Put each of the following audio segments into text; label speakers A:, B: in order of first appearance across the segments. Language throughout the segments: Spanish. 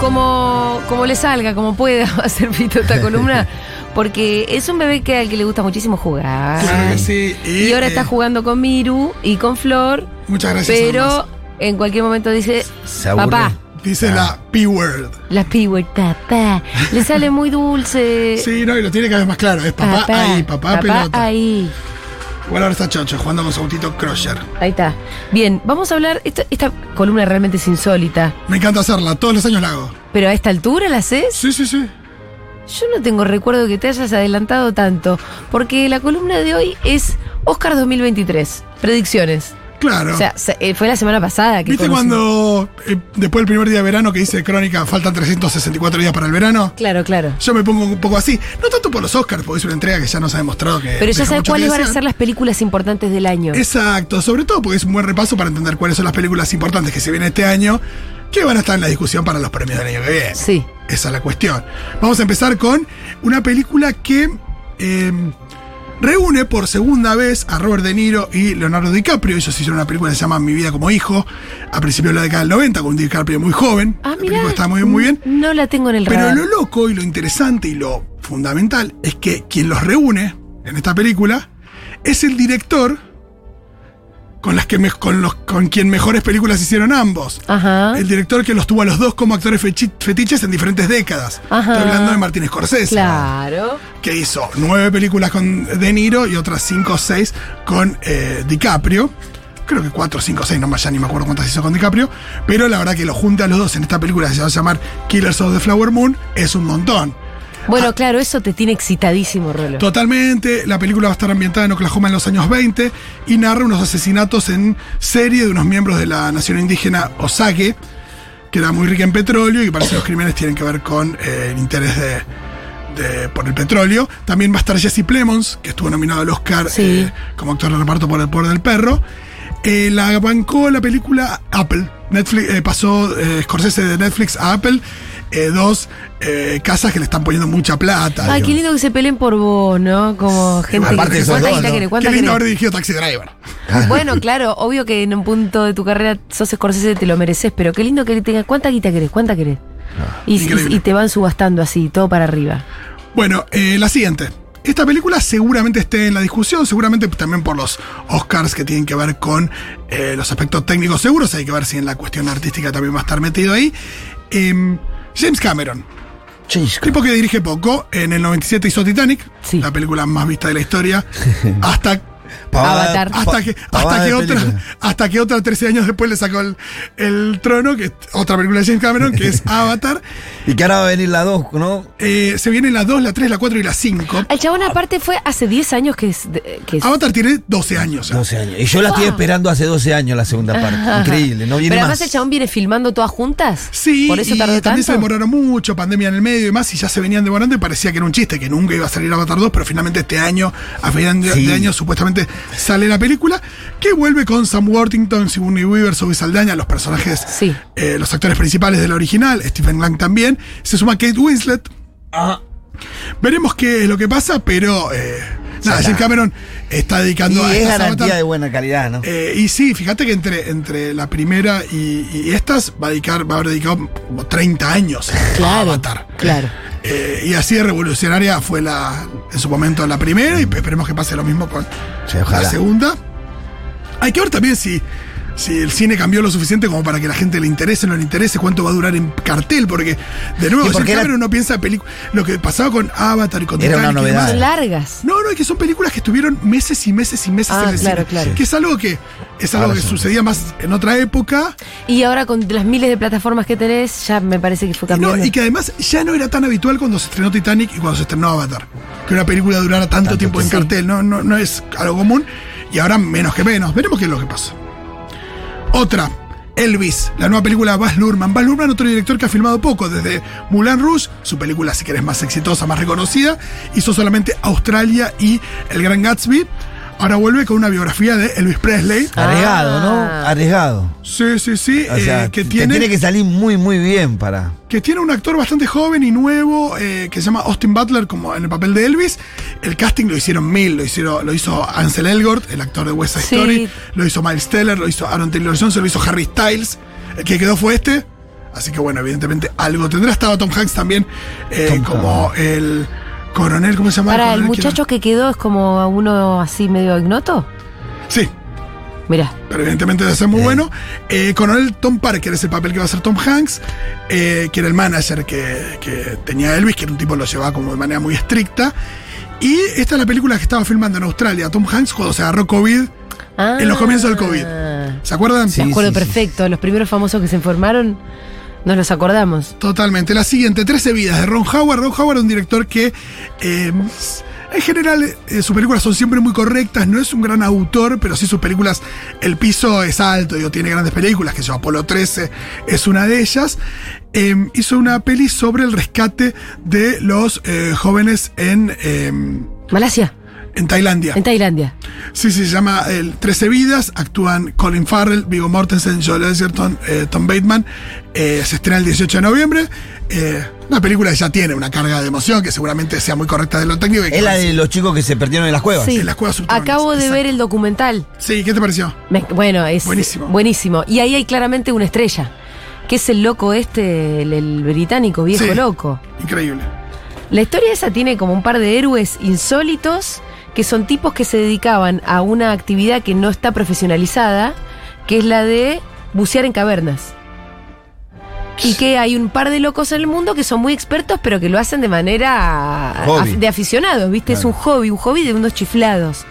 A: como, como le salga, como pueda, va a ser Fito esta columna. Porque es un bebé que al que le gusta muchísimo jugar.
B: Ah, Claro que sí.
A: Y ahora
B: eh,
A: está jugando con Miru y con Flor.
B: Muchas gracias.
A: Pero
B: además.
A: en cualquier momento dice,
C: Se aburre.
A: papá,
B: Dice la P-word.
A: la piwer, papá, le sale muy dulce.
B: Sí, no, y lo tiene cada vez más claro. Es papá, ahí, papá, pelota.
A: Eh, ahí.
B: Igual ahora está Chocho jugando con su autito Crusher.
A: Ahí está. Bien, vamos a hablar, esta, esta columna realmente es insólita,
B: Me encanta hacerla, todos los años la hago.
A: pero a esta altura la haces.
B: Sí, sí, sí.
A: Yo no tengo recuerdo que te hayas adelantado tanto, porque la columna de hoy es Oscar 2023, predicciones.
B: Claro.
A: O sea, se- eh, fue la semana pasada que...
B: ¿Viste
A: conocimos.
B: cuando eh, después del primer día de verano que dice Crónica, faltan 364 días para el verano?
A: Claro, claro.
B: Yo me pongo un poco así. No tanto por los Oscars, porque es una entrega que ya nos ha demostrado que.
A: Pero ya
B: deja
A: sabes
B: mucho
A: cuáles
B: que
A: van a
B: desear.
A: ser las películas importantes del año.
B: Exacto, sobre todo porque es un buen repaso para entender cuáles son las películas importantes que se vienen este año, que van a estar en la discusión para los premios del año que viene.
A: Sí.
B: Esa es la cuestión. Vamos a empezar con una película que eh, reúne por segunda vez a Robert De Niro y Leonardo DiCaprio. Ellos hicieron una película que se llama Mi vida como hijo, a principios de la década del 90, con un DiCaprio muy joven.
A: Ah,
B: la
A: mira.
B: película está muy bien, muy bien.
A: No la tengo en el
B: Pero
A: radar.
B: lo loco y lo interesante y lo fundamental es que quien los reúne en esta película es el director con, las que me- con, los, con quien mejores películas hicieron ambos.
A: Ajá.
B: El director que los tuvo a los dos como actores fechi- fetiches en diferentes décadas.
A: Ajá.
B: Estoy hablando de Martín Scorsese,
A: Claro.
B: que hizo nueve películas con De Niro y otras cinco o seis con eh, DiCaprio. Creo que cuatro, cinco, seis, no más, ya ni me acuerdo cuántas hizo con DiCaprio. Pero la verdad que lo junta a los dos en esta película que se va a llamar Killers of the Flower Moon es un montón.
A: Bueno, claro, eso te tiene excitadísimo, Rolo.
B: Totalmente, la película va a estar ambientada en Oklahoma en los años 20 y narra unos asesinatos en serie de unos miembros de la nación indígena Osage, que era muy rica en petróleo y que parece que los crímenes tienen que ver con eh, el interés de, de- por el petróleo. También va a estar Jesse Plemons, que estuvo nominado al Oscar
A: Sí.
B: eh, como actor de reparto por El Poder del Perro. Eh, la bancó la película Apple. Netflix eh, pasó eh, Scorsese de Netflix a Apple, eh, dos eh, casas que le están poniendo mucha plata.
A: Ay, qué lindo que se peleen por vos, ¿no? Como gente
C: aparte
A: que
C: de esos
A: ¿cuánta
C: dos,
A: guita
C: ¿no?
A: querés?
B: Qué
A: ¿Cuánta
B: lindo haber
A: querés?
B: dirigido Taxi Driver.
C: Ah.
A: Bueno, claro, obvio que en un punto de tu carrera sos Scorsese, te lo mereces, pero qué lindo que tengas. ¿Cuánta guita querés? ¿Cuánta querés? Y,
B: Ah, Increíble.
A: y- y te van subastando así, todo para arriba.
B: Bueno, eh, la siguiente. Esta película seguramente esté en la discusión, seguramente también por los Oscars que tienen que ver con eh, los aspectos técnicos seguros. Hay que ver si en la cuestión artística también va a estar metido ahí. Em, James Cameron,
C: Chisca.
B: tipo que dirige poco, en el 97 hizo Titanic,
A: Sí.
B: la película más vista de la historia, hasta
C: Pavada-
A: Avatar.
C: pa-
B: Hasta que,
C: pavada
B: hasta,
C: de
B: que otra,
C: película.
B: hasta que otra 13 años después le sacó el, el trono, que es otra película de James Cameron, que es Avatar.
C: Y que ahora va a venir la 2, ¿no?
B: Eh, se vienen la 2, la 3, la 4 y la 5.
A: El chabón, aparte, fue hace 10 años que. es- de- que es-
B: Avatar tiene 12 años. ya.
C: 12 años. Y yo la estoy esperando hace 12 años la segunda parte. Increíble, no viene
A: Ah. pero
C: más.
A: además el chabón viene filmando todas juntas.
B: Sí,
A: Por eso
B: y
A: tardó
B: también se
A: tanto.
B: demoraron mucho, pandemia en el medio y demás, y ya se venían demorando y parecía que era un chiste, que nunca iba a salir Avatar 2, pero finalmente este año, a final de,
C: Sí.
B: de año, supuestamente sale la película, que vuelve con Sam Worthington, Sigourney Weaver, Zoe Saldaña, los personajes,
A: Sí.
B: eh, los actores principales de la original, Stephen Lang también, se suma Kate Winslet, Ah,
C: Ajá.
B: veremos qué es lo que pasa, pero eh, nada, Jim Cameron está
C: Y
B: dedicando a
C: es
B: estas
C: garantía
B: Avatar.
C: de buena calidad, ¿no?
B: Eh, y sí, fíjate que entre, entre la primera y, y estas va a dedicar, va a haber dedicado como 30 años
A: Claro.
B: a Avatar.
A: Claro.
B: Eh, y así de revolucionaria fue la, en su momento la primera, y esperemos que pase lo mismo con
C: Sí, ojalá.
B: la segunda. Hay que ver también si, si el cine cambió lo suficiente como para que la gente le interese, no le interese, cuánto va a durar en cartel, porque de nuevo,
C: Y porque
B: James
C: era-
B: Cameron no piensa en películas. Lo que pasaba con Avatar y con
C: Era una
B: Titanic y
C: novedad.
B: demás,
A: Son largas.
B: no, no, es que son películas que estuvieron meses y meses y meses
A: Ah,
B: en el
A: claro,
B: cine.
A: claro.
B: Que es algo que es algo
C: Ahora
B: que
C: sí.
B: sucedía más en otra época
A: Y ahora con las miles de plataformas que tenés, ya me parece que fue
B: y, no,
A: cambiando.
B: y que además ya no era tan habitual cuando se estrenó Titanic y cuando se estrenó Avatar. Que una película durara tanto,
C: Tanto
B: tiempo en
C: tiempo.
B: cartel, no, no, no es algo común y ahora menos que menos. Veremos qué es lo que pasa. Otra, Elvis, la nueva película de Baz Luhrmann. Baz Luhrmann, otro director que ha filmado poco, desde Moulin Rouge, su película, si querés, más exitosa, más reconocida, hizo solamente Australia y El Gran Gatsby. Ahora vuelve con una biografía de Elvis Presley.
C: Arriesgado, ¿no?
A: Ah.
C: Arriesgado.
B: Sí, sí, sí,
C: Ah. O
B: eh,
C: sea,
B: que
C: te
B: tiene,
C: tiene que salir muy, muy bien para.
B: que tiene un actor bastante joven y nuevo eh, que se llama Austin Butler como en el papel de Elvis. El casting lo hicieron mil, lo, hicieron, lo hizo Ansel Elgort, el actor de West Side
A: Sí.
B: Story, lo hizo Miles Teller, lo hizo Aaron Taylor Johnson, lo hizo Harry Styles. El que quedó fue este, Así que bueno, evidentemente algo tendrá. Estaba Tom Hanks también eh,
C: Tom
B: como el coronel, ¿cómo se llama?
A: Para el
B: coronel que-
A: muchacho que quedó es como uno así medio ignoto.
B: Sí,
A: Mira,
B: pero evidentemente debe ser muy bueno. Eh, coronel Tom Parker es el papel que va a hacer Tom Hanks, eh, que era el manager que, que tenía Elvis, que era un tipo que lo llevaba como de manera muy estricta. Y esta es la película que estaba filmando en Australia, Tom Hanks, cuando se agarró COVID. En
A: Ah.
B: los comienzos del COVID. ¿Se acuerdan?
C: Sí.
A: Me acuerdo perfecto, los primeros famosos que se informaron nos los acordamos.
B: Totalmente. La siguiente, 13 vidas de Ron Howard. Ron Howard es un director que eh, en general eh, sus películas son siempre muy correctas, no es un gran autor, pero sí sus películas, el piso es alto, digo, tiene grandes películas, que yo Apolo 13 es una de ellas. Eh, hizo una peli sobre el rescate de los eh, jóvenes en, eh, en
A: Malasia,
B: Tailandia.
A: en Tailandia.
B: Sí, sí, se llama el 13 Vidas. Actúan Colin Farrell, Vigo Mortensen, Joel Edgerton, eh, Tom Bateman. Eh, se estrena el 18 de noviembre. Eh, una película que ya tiene una carga de emoción, que seguramente sea muy correcta de lo técnico. y que-
C: Es la de los chicos que se perdieron en las cuevas.
A: Sí.
B: en las cuevas subterráneas,
A: Acabo de
B: exacto.
A: ver el documental.
B: Sí, ¿qué te pareció?
A: Me- bueno, es
B: Buenísimo.
A: buenísimo. Y ahí hay claramente una estrella, que es el loco este, el, el británico, viejo
B: Sí.
A: loco.
B: Increíble.
A: La historia esa tiene como un par de héroes insólitos, que son tipos que se dedicaban a una actividad que no está profesionalizada, que es la de bucear en cavernas. Y que hay un par de locos en el mundo que son muy expertos, pero que lo hacen de manera
C: Hobby.
A: af- de aficionados, ¿viste? Es
C: Claro.
A: un hobby, un hobby de unos chiflados.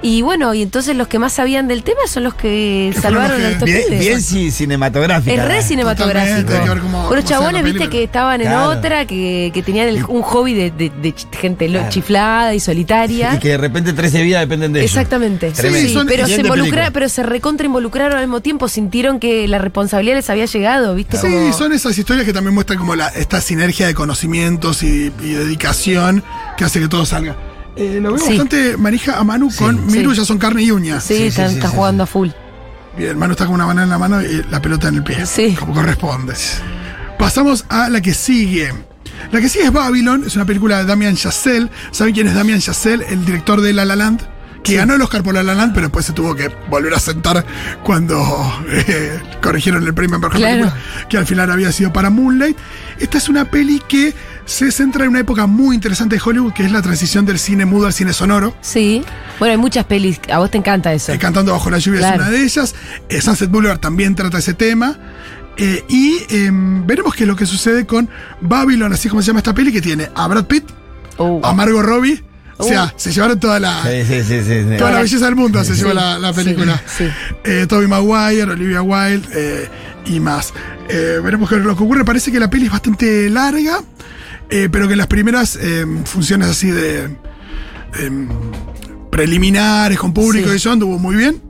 A: Y bueno, y entonces los que más sabían del tema son los que
B: Que fueron
A: salvaron
B: los
A: a
B: que-
A: estos
C: Bien,
A: pibes.
C: bien ci- cinematográfica.
A: Es re cinematográfico.
B: Totalmente, hay que ver cómo-
A: Unos
B: cómo se da
A: chabones,
B: la
A: viste,
B: película.
A: que estaban
C: Claro.
A: en otra, que, que tenían el- un hobby de, de- de ch- gente lo-
C: Claro.
A: chiflada y solitaria.
C: Y que de repente 13 vidas dependen de ellos.
A: Exactamente.
C: Tremendo.
A: Sí,
B: son-
A: pero, se
C: Siguiente
A: involucra,
C: película.
A: pero se recontra involucraron al mismo tiempo, sintieron que la responsabilidad les había llegado, ¿viste?
B: Sí,
A: Como-
B: son esas historias que también muestran como la- esta sinergia de conocimientos y, y dedicación que hace que todo salga. Eh, lo veo
A: Sí.
B: bastante manija a Manu con
A: Sí.
B: Miru, ya son carne y uñas.
A: Sí,
C: sí,
A: están,
C: sí,
A: están
C: sí,
A: jugando
C: sí.
A: a full.
B: Bien, hermano está con una banana en la mano y la pelota en el pie.
A: Sí.
B: Como corresponde. Pasamos a la que sigue. La que sigue es Babylon, es una película de Damian Chazelle. ¿Saben quién es Damian Chazelle? El director de La La Land, que ganó el Oscar por La La Land, pero después se tuvo que volver a sentar cuando eh, corrigieron el premio en mejor
A: Claro.
B: película, que al final había sido para Moonlight. Esta es una peli que se centra en una época muy interesante de Hollywood, que es la transición del cine mudo al cine sonoro.
A: Sí. Bueno, hay muchas pelis. A vos te encanta eso.
B: Eh, Cantando bajo la lluvia
A: Claro.
B: es una de ellas. Eh, Sunset Boulevard también trata ese tema. Eh, y em, veremos qué es lo que sucede con Babylon, así como se llama esta peli, que tiene a Brad Pitt,
A: Oh.
B: a Margot Robbie. O
A: Uh.
B: sea, se llevaron toda la,
C: Sí, sí, sí, sí, sí.
B: toda la
A: Ahora-
B: belleza del mundo, se llevó la, la
A: sí,
B: película.
A: sí.
B: Eh, Tobey Maguire, Olivia Wilde eh, y más. Eh, veremos qué es lo que ocurre. Parece que la peli es bastante larga, eh, pero que en las primeras em, funciones así de em, preliminares con público
A: Sí.
B: y eso anduvo muy bien.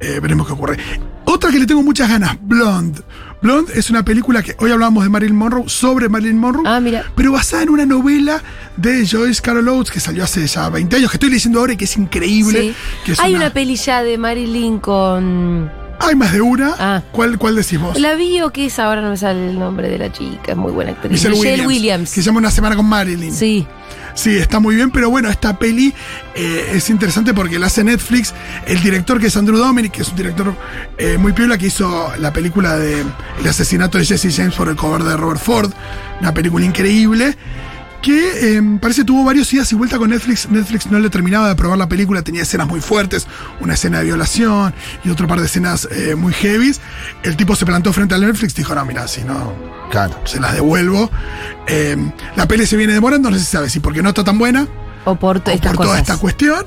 B: Eh, veremos qué ocurre. Otra que le tengo muchas ganas, Blonde. Blonde es una película que hoy hablábamos de Marilyn Monroe, sobre Marilyn Monroe,
A: Ah, mira.
B: pero basada en una novela de Joyce Carol Oates que salió hace ya 20 años, que estoy leyendo ahora y que es increíble.
A: Sí.
B: que es
A: Hay una... peli ya de Marilyn con.
B: Hay más de una.
A: Ah.
B: ¿Cuál, ¿Cuál decís vos?
A: La vi o qué es, ahora no me sale el nombre de la chica, es muy buena actriz.
B: Michelle Williams, Que se llama Una Semana con Marilyn.
A: Sí.
B: Sí, está muy bien, pero bueno, esta peli eh, es interesante porque la hace Netflix. El director que es Andrew Dominic, que es un director eh, muy piola, que hizo la película de El asesinato de Jesse James por el cover de Robert Ford. Una película increíble. Que eh, parece tuvo varios idas y vueltas con Netflix. Netflix no le terminaba de aprobar la película, tenía escenas muy fuertes, una escena de violación y otro par de escenas eh, muy heavies. El tipo se plantó frente al Netflix y dijo: No, mira, si no,
C: Claro.
B: se las devuelvo. Eh, la peli se viene demorando, no se sabe si porque no está tan buena
A: O por to-
B: o
A: estas
B: por toda
A: cosas.
B: esta cuestión,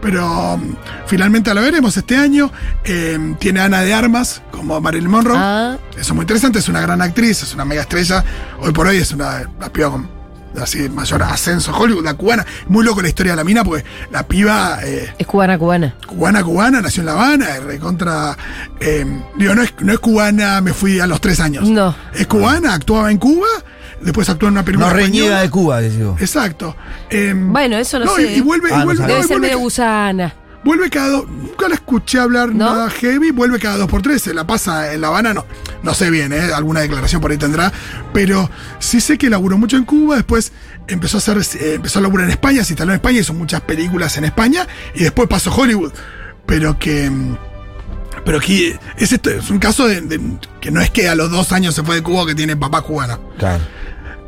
B: pero mm, finalmente la veremos este año. Eh, tiene a Ana de Armas como Marilyn Monroe.
A: Ah,
B: Eso es muy interesante, es una gran actriz, es una mega estrella. Hoy por hoy es una la piba con así mayor ascenso a Hollywood, la cubana. Muy loco la historia de la mina, porque la piba eh,
A: es cubana, cubana.
B: cubana cubana nació en La Habana, recontra eh, digo, no es, no es cubana, me fui a los tres años.
A: No.
B: Es cubana, actuaba en Cuba, después actuó en una película
C: No reniega
B: española.
C: de Cuba, decimos.
B: Exacto. Eh,
A: Bueno, eso no
B: y-
A: sé.
B: Y, vuelve, y
C: Ah, no
B: vuelve,
C: sabía.
B: no,
A: Debe
B: y
A: ser
B: vuelve,
A: medio gusana.
B: vuelve cada dos. Nunca la escuché hablar
A: ¿No?
B: nada heavy. Vuelve cada dos por tres. Se la pasa en La Habana. No, no sé bien, ¿eh? alguna declaración por ahí tendrá. Pero sí sé que laburó mucho en Cuba. Después empezó a hacer, eh, empezó a laburar en España. Se instaló en España. Hizo muchas películas en España. Y después pasó a Hollywood. Pero que. mm, Pero aquí es, esto, es un caso de, de- que no es que a los dos años se fue de Cuba o que tiene papá cubano.
C: Claro.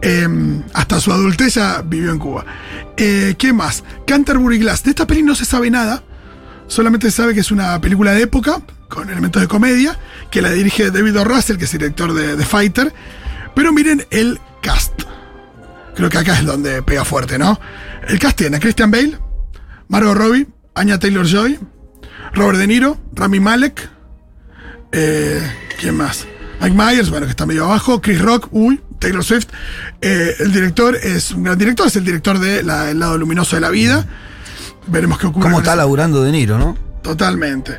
B: Eh, hasta su adultez ya vivió en Cuba. Eh, ¿Qué más? Canterbury Glass. De esta peli no se sabe nada. Solamente se sabe que es una película de época, con elementos de comedia, que la dirige David O. Russell, que es director de The Fighter. Pero miren el cast. Creo que acá es donde pega fuerte, ¿no? El cast tiene a Christian Bale, Margot Robbie, Anya Taylor-Joy, Robert De Niro, Rami Malek, eh, ¿Quién más? Mike Myers, bueno, que está medio abajo. Chris Rock, uy, Taylor Swift. Eh, el director es un gran director, es el director de la- El lado luminoso de la vida. Veremos qué ocurre.
C: ¿Cómo
B: con
C: está
B: eso.
C: laburando De Niro, no?
B: Totalmente.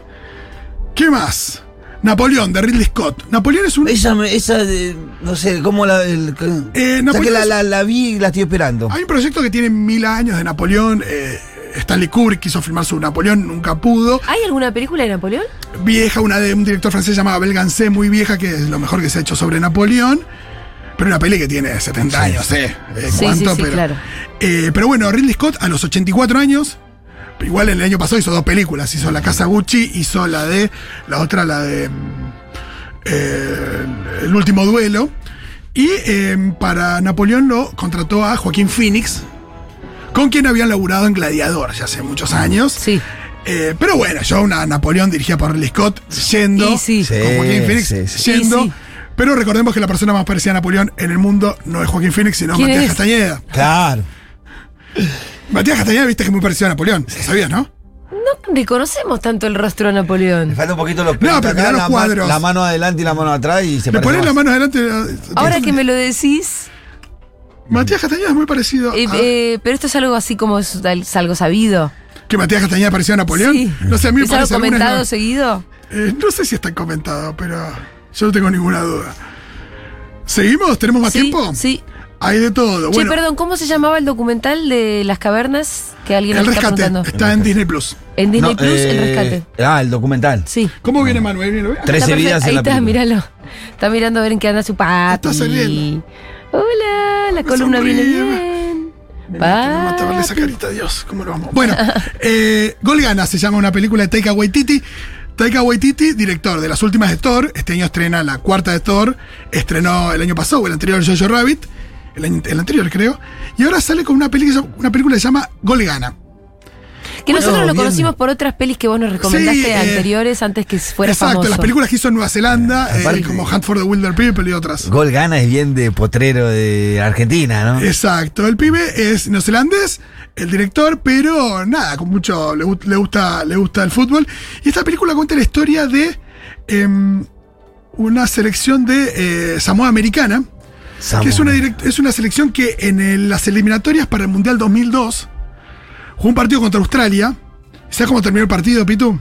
B: ¿Qué más? Napoleón, de Ridley Scott. Napoleón es un.
C: Esa, me- esa de- no sé, ¿cómo la. el-
B: Eh,
C: o sea que
B: Napoleón
C: la,
B: es-
C: la- la vi y la estoy esperando.
B: Hay un proyecto que tiene mil años de Napoleón. eh, Stanley Kubrick quiso filmar su Napoleón, nunca pudo.
A: ¿Hay alguna película de Napoleón?
B: vieja, una de un director francés llamado Belgancé, muy vieja, que es lo mejor que se ha hecho sobre Napoleón. Pero una peli que tiene 70
C: Sí.
B: años, ¿eh? Eh,
A: Sí, sí,
B: ¿Cuánto?
A: sí,
B: pero,
A: claro.
B: Eh, pero bueno, Ridley Scott a los 84 años, igual el año pasado hizo dos películas. Hizo La Casa Gucci, hizo la de. La otra, la de. mm, eh, el último duelo. Y eh, para Napoleón lo contrató a Joaquín Phoenix, con quien habían laburado en Gladiador ya hace muchos años.
A: Sí.
B: Eh, pero bueno, yo una Napoleón dirigida por Ridley Scott, yendo.
A: Y sí.
B: Con Joaquín
C: Sí,
B: Phoenix,
C: sí, sí.
B: yendo.
A: Y sí.
B: Pero recordemos que la persona más parecida a Napoleón en el mundo no es Joaquín Phoenix, sino
A: ¿Quién
B: Matías
A: es?
B: Castañeda.
C: Claro.
B: Matías Castañeda, viste que es muy parecido a Napoleón, lo sabías, ¿no?
A: No reconocemos tanto el rostro de
C: Le
A: Napoleón.
C: falta un poquito los
B: No, pero
C: acá,
B: mirá los
C: la, ma-
B: cuadros.
C: la mano adelante y la mano atrás y se
B: Le
C: parece
B: pones las
C: más.
B: manos adelante. eh,
A: Ahora que me lo decís,
B: Matías Castañeda es muy parecido
A: eh,
B: a.
A: eh, pero esto es algo así como es, es algo sabido.
B: ¿Que Matías Castañeda parecía a Napoleón?
A: Sí.
B: No sé, a mí me
A: ¿Es algo
B: parece algunas-
A: comentado seguido?
B: Eh, no sé si está comentado, pero yo no tengo ninguna duda. ¿Seguimos? ¿Tenemos más
A: sí,
B: tiempo?
A: sí.
B: Hay de todo.
A: Che,
B: bueno,
A: perdón, ¿cómo se llamaba el documental de las cavernas que alguien
B: el
A: nos está
B: rescate
A: preguntando?
B: está en Disney Plus.
A: En Disney
C: No,
A: Plus, el
C: eh,
A: rescate.
C: Ah, el documental.
A: Sí.
B: ¿Cómo viene Manuel? ¿Viene lo ve?
C: Trece
A: Está perfecto.
C: vidas en
A: Ahí
C: la
A: está,
C: película.
A: míralo. Está mirando a ver en qué anda su papi.
B: Está saliendo.
A: Hola, la
B: Me
A: columna viene
B: sonríe.
A: bien.
B: Me mata, me mata verle esa
A: Papi.
B: carita, Dios, cómo lo amo. Bueno, eh, Golgana se llama una película de Taika Waititi. Taika Waititi, director de las últimas de Thor, este año estrena la cuarta de Thor, estrenó el año pasado, o el anterior Jojo Rabbit, el, año- el anterior creo, y ahora sale con una, peli que se llama- una película que se llama Golgana.
A: Que nosotros
C: Bueno,
A: lo
C: bien.
A: conocimos por otras pelis que vos nos recomendaste
B: Sí, eh,
A: anteriores antes que fuera
B: Exacto,
A: famoso.
B: las películas que hizo en Nueva Zelanda, eh,
C: aparte-
B: como Hunt for the Wilder People y otras.
C: Gol Gana es bien de potrero de Argentina, ¿no?
B: Eh, Exacto, el pibe es neozelandés, el director, pero nada, con mucho le, gu- le gusta le gusta el fútbol y esta película cuenta la historia de em, una selección de eh, Samoa Americana, que es una direct- es una selección que en el- las eliminatorias para el Mundial 2002 jugó un partido contra Australia. ¿Sabes cómo terminó el partido, Pitu?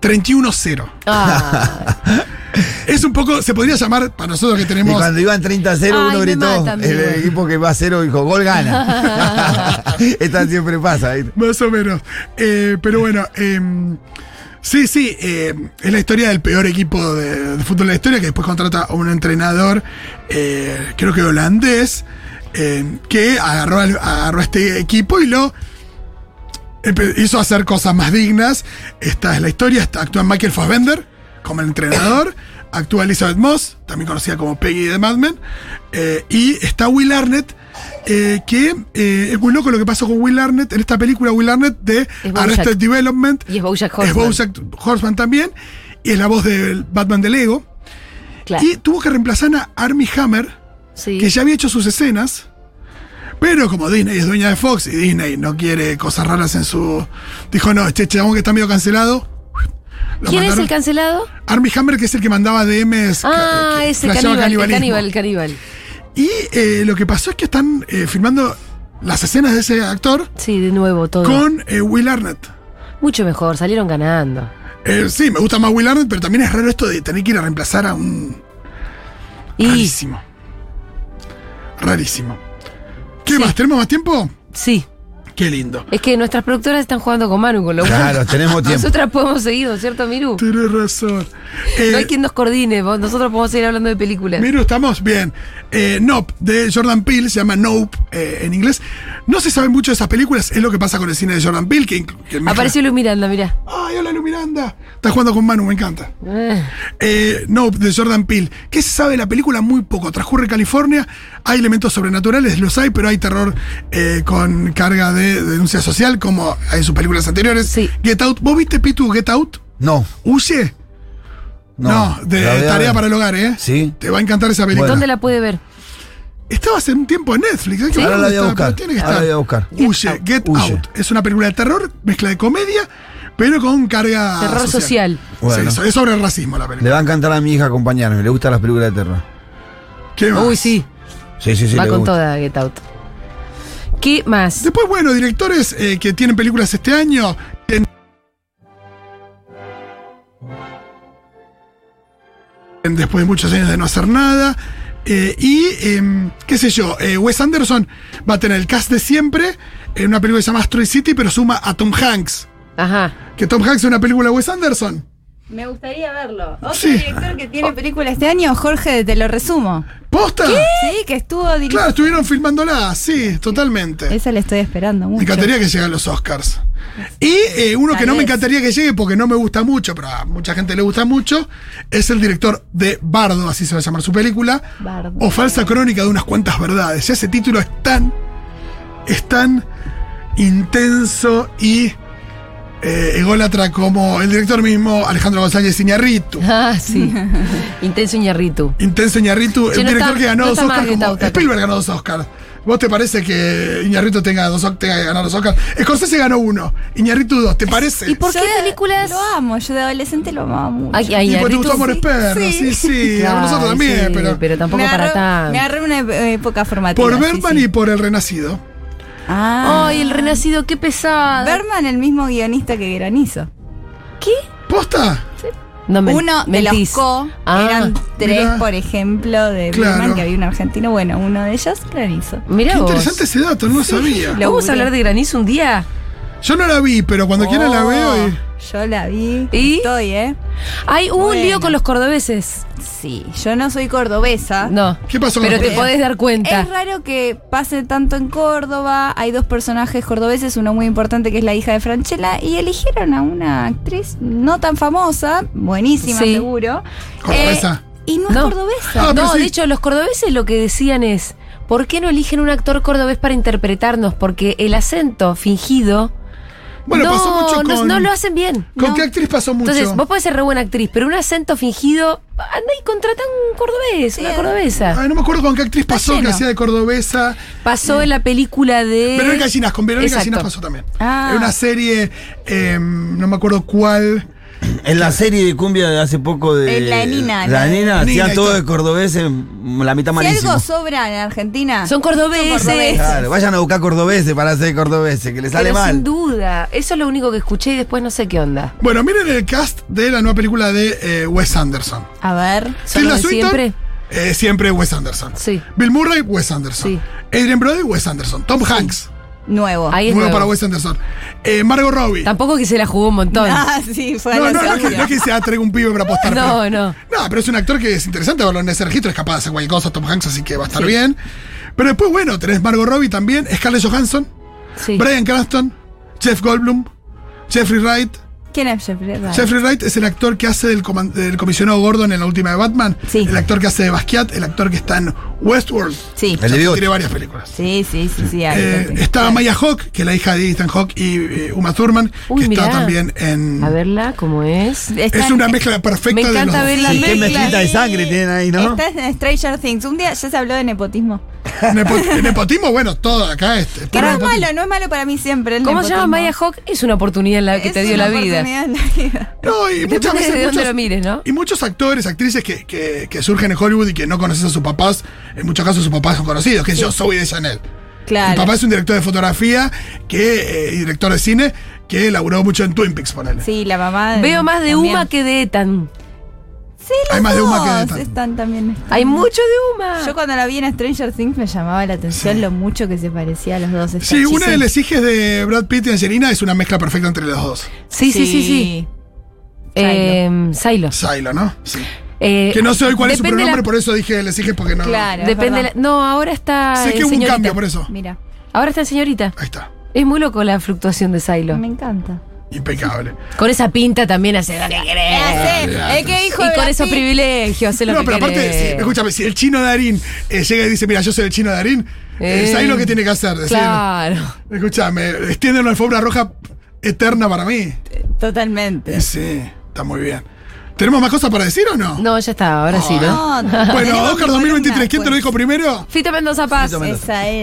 B: 31-0.
A: Ah,
B: Es un poco, se podría llamar, para nosotros que
C: Y
B: tenemos
C: cuando iban 30-0,
A: Ay,
C: uno
A: me
C: gritó,
A: mata,
C: el
A: amigo.
C: equipo que va a cero dijo, gol gana. Esta siempre pasa. ¿viste?
B: Más o menos. Eh, pero bueno, em, sí, sí, em, es la historia del peor equipo de, de fútbol de la historia, que después contrata a un entrenador, eh, creo que holandés, em, que agarró, al- agarró a este equipo y lo empe- hizo hacer cosas más dignas. Esta es la historia, está- actúa Michael Fassbender como el entrenador. Actúa Elizabeth Moss, también conocida como Peggy de Mad Men. eh, y está Will Arnett, eh, que eh, es muy loco lo que pasó con Will Arnett en esta película. Will Arnett de
A: Bojack.
B: Arrested Development.
A: y es Bojack Horseman.
B: Es Bojack Horseman también. Y es la voz del Batman de Lego.
A: claro.
B: Y tuvo que reemplazar a Armie Hammer,
A: sí.
B: que ya había hecho sus escenas. Pero como Disney es dueña de Fox y Disney no quiere cosas raras en su. Dijo, no, este chabón que está medio cancelado. lo
A: ¿Quién es
B: mandaron-
A: el cancelado?
B: Armie Hammer, que es el que mandaba DMs.
A: Ah,
B: que- que
A: ese
B: flasheaba
A: caníbal, el
B: canibalismo.
A: caníbal, el caníbal.
B: Y eh, lo que pasó es que están eh, filmando las escenas de ese actor
A: Sí, de nuevo todo.
B: con eh, Will Arnett.
A: Mucho mejor, salieron ganando.
B: Eh, sí, me gusta más Will Arnett, pero también es raro esto de tener que ir a reemplazar a un.
A: Y
B: Rarísimo. Rarísimo. ¿Qué
A: Sí.
B: más? ¿Tenemos más tiempo?
A: sí,
B: Qué lindo.
A: es que nuestras productoras están jugando con Manu, con lo cual
C: Claro, tenemos tiempo.
A: nosotras podemos seguir, ¿no es cierto, Miru?
B: Tienes razón. Eh,
A: No hay quien nos coordine, vos- nosotros podemos seguir hablando de películas.
B: Miru, ¿estamos? Bien. Eh, nope, de Jordan Peele, se llama Nope eh, en inglés. No se sabe mucho de esas películas, es lo que pasa con el cine de Jordan Peele, que, inclu- que mezcla-
A: Apareció Lu Miranda, mirá.
B: ¡Ay, hola, Lu Miranda. Está jugando con Manu, me encanta. Eh, no, de Jordan Peele. ¿Qué se sabe de la película? Muy poco. Transcurre en California, hay elementos sobrenaturales, los hay, pero hay terror eh, con carga de denuncia social, como en sus películas anteriores.
A: Sí.
B: Get Out. ¿Vos viste, Pitu, Get Out?
C: No,
B: ¿Ucie? No,
C: no.
B: de
C: La voy a
B: Tarea
C: ver.
B: para el Hogar, ¿eh?
C: Sí.
B: Te va a encantar esa película.
A: ¿Dónde la puede ver?
B: Estaba hace un tiempo en Netflix. Hay que ver
C: Ahora la
B: dónde
C: voy a
B: está,
C: buscar.
B: pero tiene que
C: Ahora la
B: estar.
C: voy a buscar.
B: Huye, Get
C: Huye.
B: Out. Es una película de terror, mezcla de comedia, pero con carga.
A: Terror social.
C: Bueno.
B: Sí, es sobre el racismo la
C: Le
B: película.
C: va a encantar a mi hija acompañarme. Le gustan las películas de terror.
B: ¿Qué más?
A: Uy, sí.
C: Sí, sí, sí.
A: Va
C: le
A: con
C: gusta.
A: toda Get Out. ¿Qué más?
B: Después, bueno, directores eh, que tienen películas este año. En, en- después de muchos años de no hacer nada. eh, y, em, qué sé yo, eh, Wes Anderson va a tener el cast de siempre en una película que se llama Asteroid City, pero suma a Tom Hanks.
A: Ajá.
B: Que Tom Hanks es una película de Wes Anderson.
D: Me gustaría verlo. Otro
B: Sí.
D: director que tiene película este año, Jorge, te lo resumo.
B: ¿Posta?
D: Sí, que estuvo dirigiendo.
B: Claro, estuvieron filmándola, sí, totalmente.
D: Esa la estoy esperando
B: Me
D: mucho.
B: encantaría que lleguen los Oscars. Y eh, uno que
D: Tal
B: no me
D: vez.
B: encantaría que llegue porque no me gusta mucho, pero a mucha gente le gusta mucho, es el director de Bardo, así se va a llamar su película,
D: Bardo.
B: o Falsa Crónica de unas cuantas verdades. Ese título es tan, es tan intenso y eh, ególatra como el director mismo, Alejandro González Iñarritu.
A: Ah, sí. Intenso Iñarritu.
B: Intenso Iñarritu,
A: Che,
B: el
A: no
B: director
A: está-
B: que ganó
A: no
B: dos
A: está más
B: Oscars.
A: Get
B: Como
A: Out acá.
B: Spielberg ganó dos Oscars. ¿Vos te parece que Iñarritu tenga, dos, tenga que ganar dos Oscars? Scorsese ganó uno, Iñarritu dos, ¿te parece?
A: ¿Y por
D: Yo
A: qué
D: de-
A: películas?
D: Lo amo, yo de adolescente lo amaba mucho.
A: Ay, ay,
B: Y porque te
A: Iñárritu,
B: gustó Amores
A: sí.
B: Perros, sí, sí, a nosotros
A: Ay,
B: también,
A: sí,
B: pero...
A: tampoco
D: me
A: para
D: agarró-
A: tanto.
D: Me agarré una eh, época formativa.
B: Por
D: sí,
B: Bergman
D: sí.
B: y por El Renacido.
D: Ah.
A: Ay, el renacido, qué pesado.
D: Bergman, el mismo guionista que Granizo.
A: ¿Qué?
B: ¿Posta?
A: No, men-
D: uno de los
A: mentís.
D: co
A: Ah,
D: eran tres,
B: mirá.
D: por ejemplo, de
B: Claro.
D: Bergman, que había un argentino. Bueno, uno de ellos, Granizo.
A: Mirá
B: Qué
A: vos.
B: interesante ese dato, no lo sabía.
D: lo-
A: Vamos a
D: Laburé.
A: hablar de granizo un día.
B: Yo no la vi, pero cuando quiera la veo
A: Oh.
B: y...
D: Oh, Yo la vi.
A: ¿Y?
D: Estoy, ¿eh?
A: Ay, hubo un
D: Bueno.
A: lío con los cordobeses.
D: Sí, yo no soy cordobesa.
A: No.
B: ¿Qué pasó con
A: Pero
B: los
A: te
B: cordobeses?
A: podés dar
D: Ah. Es
A: cuenta.
D: raro que pase tanto en Córdoba. Hay dos personajes cordobeses, uno muy importante que es la hija de Franchella, y eligieron a una actriz no tan famosa, buenísima
A: Sí.
D: seguro.
B: Cordobesa.
D: eh, y no es
A: No.
D: cordobesa.
B: Ah, pero
A: no,
B: sí.
A: de hecho, los cordobeses lo que decían es, ¿por qué no eligen un actor cordobés para interpretarnos? Porque el acento fingido...
B: Bueno,
A: no,
B: pasó mucho
A: no-
B: con...
A: No, lo hacen bien.
B: ¿Con
A: no.
B: qué actriz pasó mucho?
A: Entonces, vos podés ser re buena actriz, pero un acento fingido, anda y contrata un cordobés, una
D: Sí.
A: cordobesa.
B: Ay, no me acuerdo con qué actriz
A: Está
B: pasó, que
A: lleno.
B: hacía de cordobesa.
A: Pasó en la película de...
B: Verónica Gallinas, con Verónica
A: Exacto.
B: Gallinas pasó también.
D: Ah.
B: Era una serie, em, no me acuerdo cuál.
C: En la serie de cumbia de hace poco de.
D: Eh, la Nina,
C: La
D: la-
C: nina, hacían
B: Nina,
C: todo
B: ahí
C: de cordobeses, mm, la mitad
D: Si
C: malísimo.
D: algo sobra en Argentina.
A: Son cordobeses.
C: Claro, vayan a buscar cordobeses para hacer cordobeses, que les sale
A: Pero sin
C: mal.
A: duda, eso es lo único que escuché y después no sé qué onda.
B: Bueno, miren el cast de la nueva película de eh, Wes Anderson.
D: A ver.
A: ¿Son los de siempre?
B: eh, siempre Wes Anderson.
A: Sí.
B: Bill Murray, Wes Anderson.
A: Sí.
B: Adrian Brody, Wes Anderson. Tom Hanks,
D: Nuevo.
A: Ahí es
B: nuevo
A: nuevo.
B: para Wes Anderson. Eh, Margot Robbie.
A: Tampoco que se la jugó un montón.
D: Ah, sí, fue a
B: No,
D: lo
B: no, no, es que,
D: seguro.
B: no es que sea traigo un pibe para apostar.
A: No,
B: pero-
A: no.
B: No, pero es un actor que es interesante verlo en ese registro. Es capaz de hacer cualquier cosa, Tom Hanks, así que va a estar bien. Pero después, bueno, tenés Margot Robbie también, Scarlett Johansson,
A: Sí.
B: Brian Cranston, Jeff Goldblum, Jeffrey Wright.
D: ¿Quién es Jeffrey Wright?
B: Jeffrey Wright es el actor que hace del, coman- del comisionado Gordon en la última de Batman.
D: Sí.
B: El actor que hace de Basquiat, el actor que está en Westworld.
D: Sí.
C: El de bigote.
B: Tiene varias películas.
D: Sí, sí, sí, sí. ahí
B: Eh,
D: lo tengo.
B: está Maya Hawk, que es la hija de Ethan Hawk y eh, Uma Thurman,
A: Uy,
B: que
A: mirá.
B: está también en.
A: A verla, ¿cómo es?
B: es
D: Están-
B: una mezcla
A: Me
B: perfecta
A: encanta
B: de
A: ver
B: los
A: la
C: Sí,
A: mezcla.
C: qué mezclita de sangre tienen ahí, ¿no?
D: Estás en Stranger Things. Un día ya se habló de nepotismo.
B: dos. Nepo- nepotismo, bueno, todo acá este.
D: Que no es
B: Nepotismo.
D: malo, no es malo para mí siempre. el
A: ¿Cómo se llama
D: nepotismo.
A: Maya Hawk? Es una oportunidad en la que
D: Es
A: te dio
D: una
A: la vida.
D: oportunidad en la vida.
B: No, y
A: Depende
B: muchas
A: de
B: veces.
A: dónde
B: muchos-
A: lo mires, ¿no?
B: Y muchos actores, actrices que, que- que surgen en Hollywood y que no conoces a sus papás, en muchos casos sus papás son conocidos, que yo soy de Chanel. Mi
D: Claro.
B: papá es un director de fotografía que, eh, y director de cine que laburó mucho en Twin Peaks, ponele.
D: Sí, la mamá.
A: Veo más de
D: también.
A: Uma que de Ethan.
D: Sí, los
B: Hay más de Uma
D: dos
B: que de Tan.
D: Están también. están.
A: Hay mucho de Uma.
D: Mm. Yo cuando la vi en Stranger Things me llamaba la atención lo mucho que se parecía a los dos. esta
B: Sí, una
D: chica.
B: de las hijas de Brad Pitt y Angelina es una mezcla perfecta entre los dos.
A: sí, sí, sí, sí. Eh, Silo.
B: Silo, ¿no? Sí.
A: Eh,
B: Que no sé hoy cuál es su
A: depende
B: pronombre,
A: la-
B: por eso dije les dije porque no.
D: Claro.
A: Depende.
D: Es
A: la- no, ahora está.
B: Sé
A: en
B: que hubo un
A: Ah, señorita.
B: cambio por eso.
D: Mira,
A: Ahora está en señorita.
B: Ahí está.
A: Es muy loco la fluctuación de Silo.
D: me encanta.
B: Impecable.
A: Con esa pinta también hace lo que
D: ¿Qué
A: querés.
D: hace?
B: Gracias.
D: Es que hijo
A: Eh, Y con
D: de Brad
A: esos
D: Pitt.
A: privilegios, hace lo
B: no,
A: que
B: pero aparte,
A: querés.
B: si- escúchame, si el chino Darín eh, llega y dice, mira, yo soy el chino Darín,
A: Eh.
B: es ahí lo que tiene que hacer. decir,
A: Claro.
B: Escúchame, extiende una alfombra roja eterna para mí.
D: Totalmente.
B: Eh, Sí, está muy bien. ¿Tenemos más cosas para decir o no?
A: No, ya está, ahora sí, ¿no?
D: No,
B: Bueno,
D: tenemos
B: Oscar
D: mi columna
B: 2023, ¿quién te lo dijo
D: después.
B: primero?
A: Fito Mendoza Paz.
C: Fito Mendoza.
D: Esa es.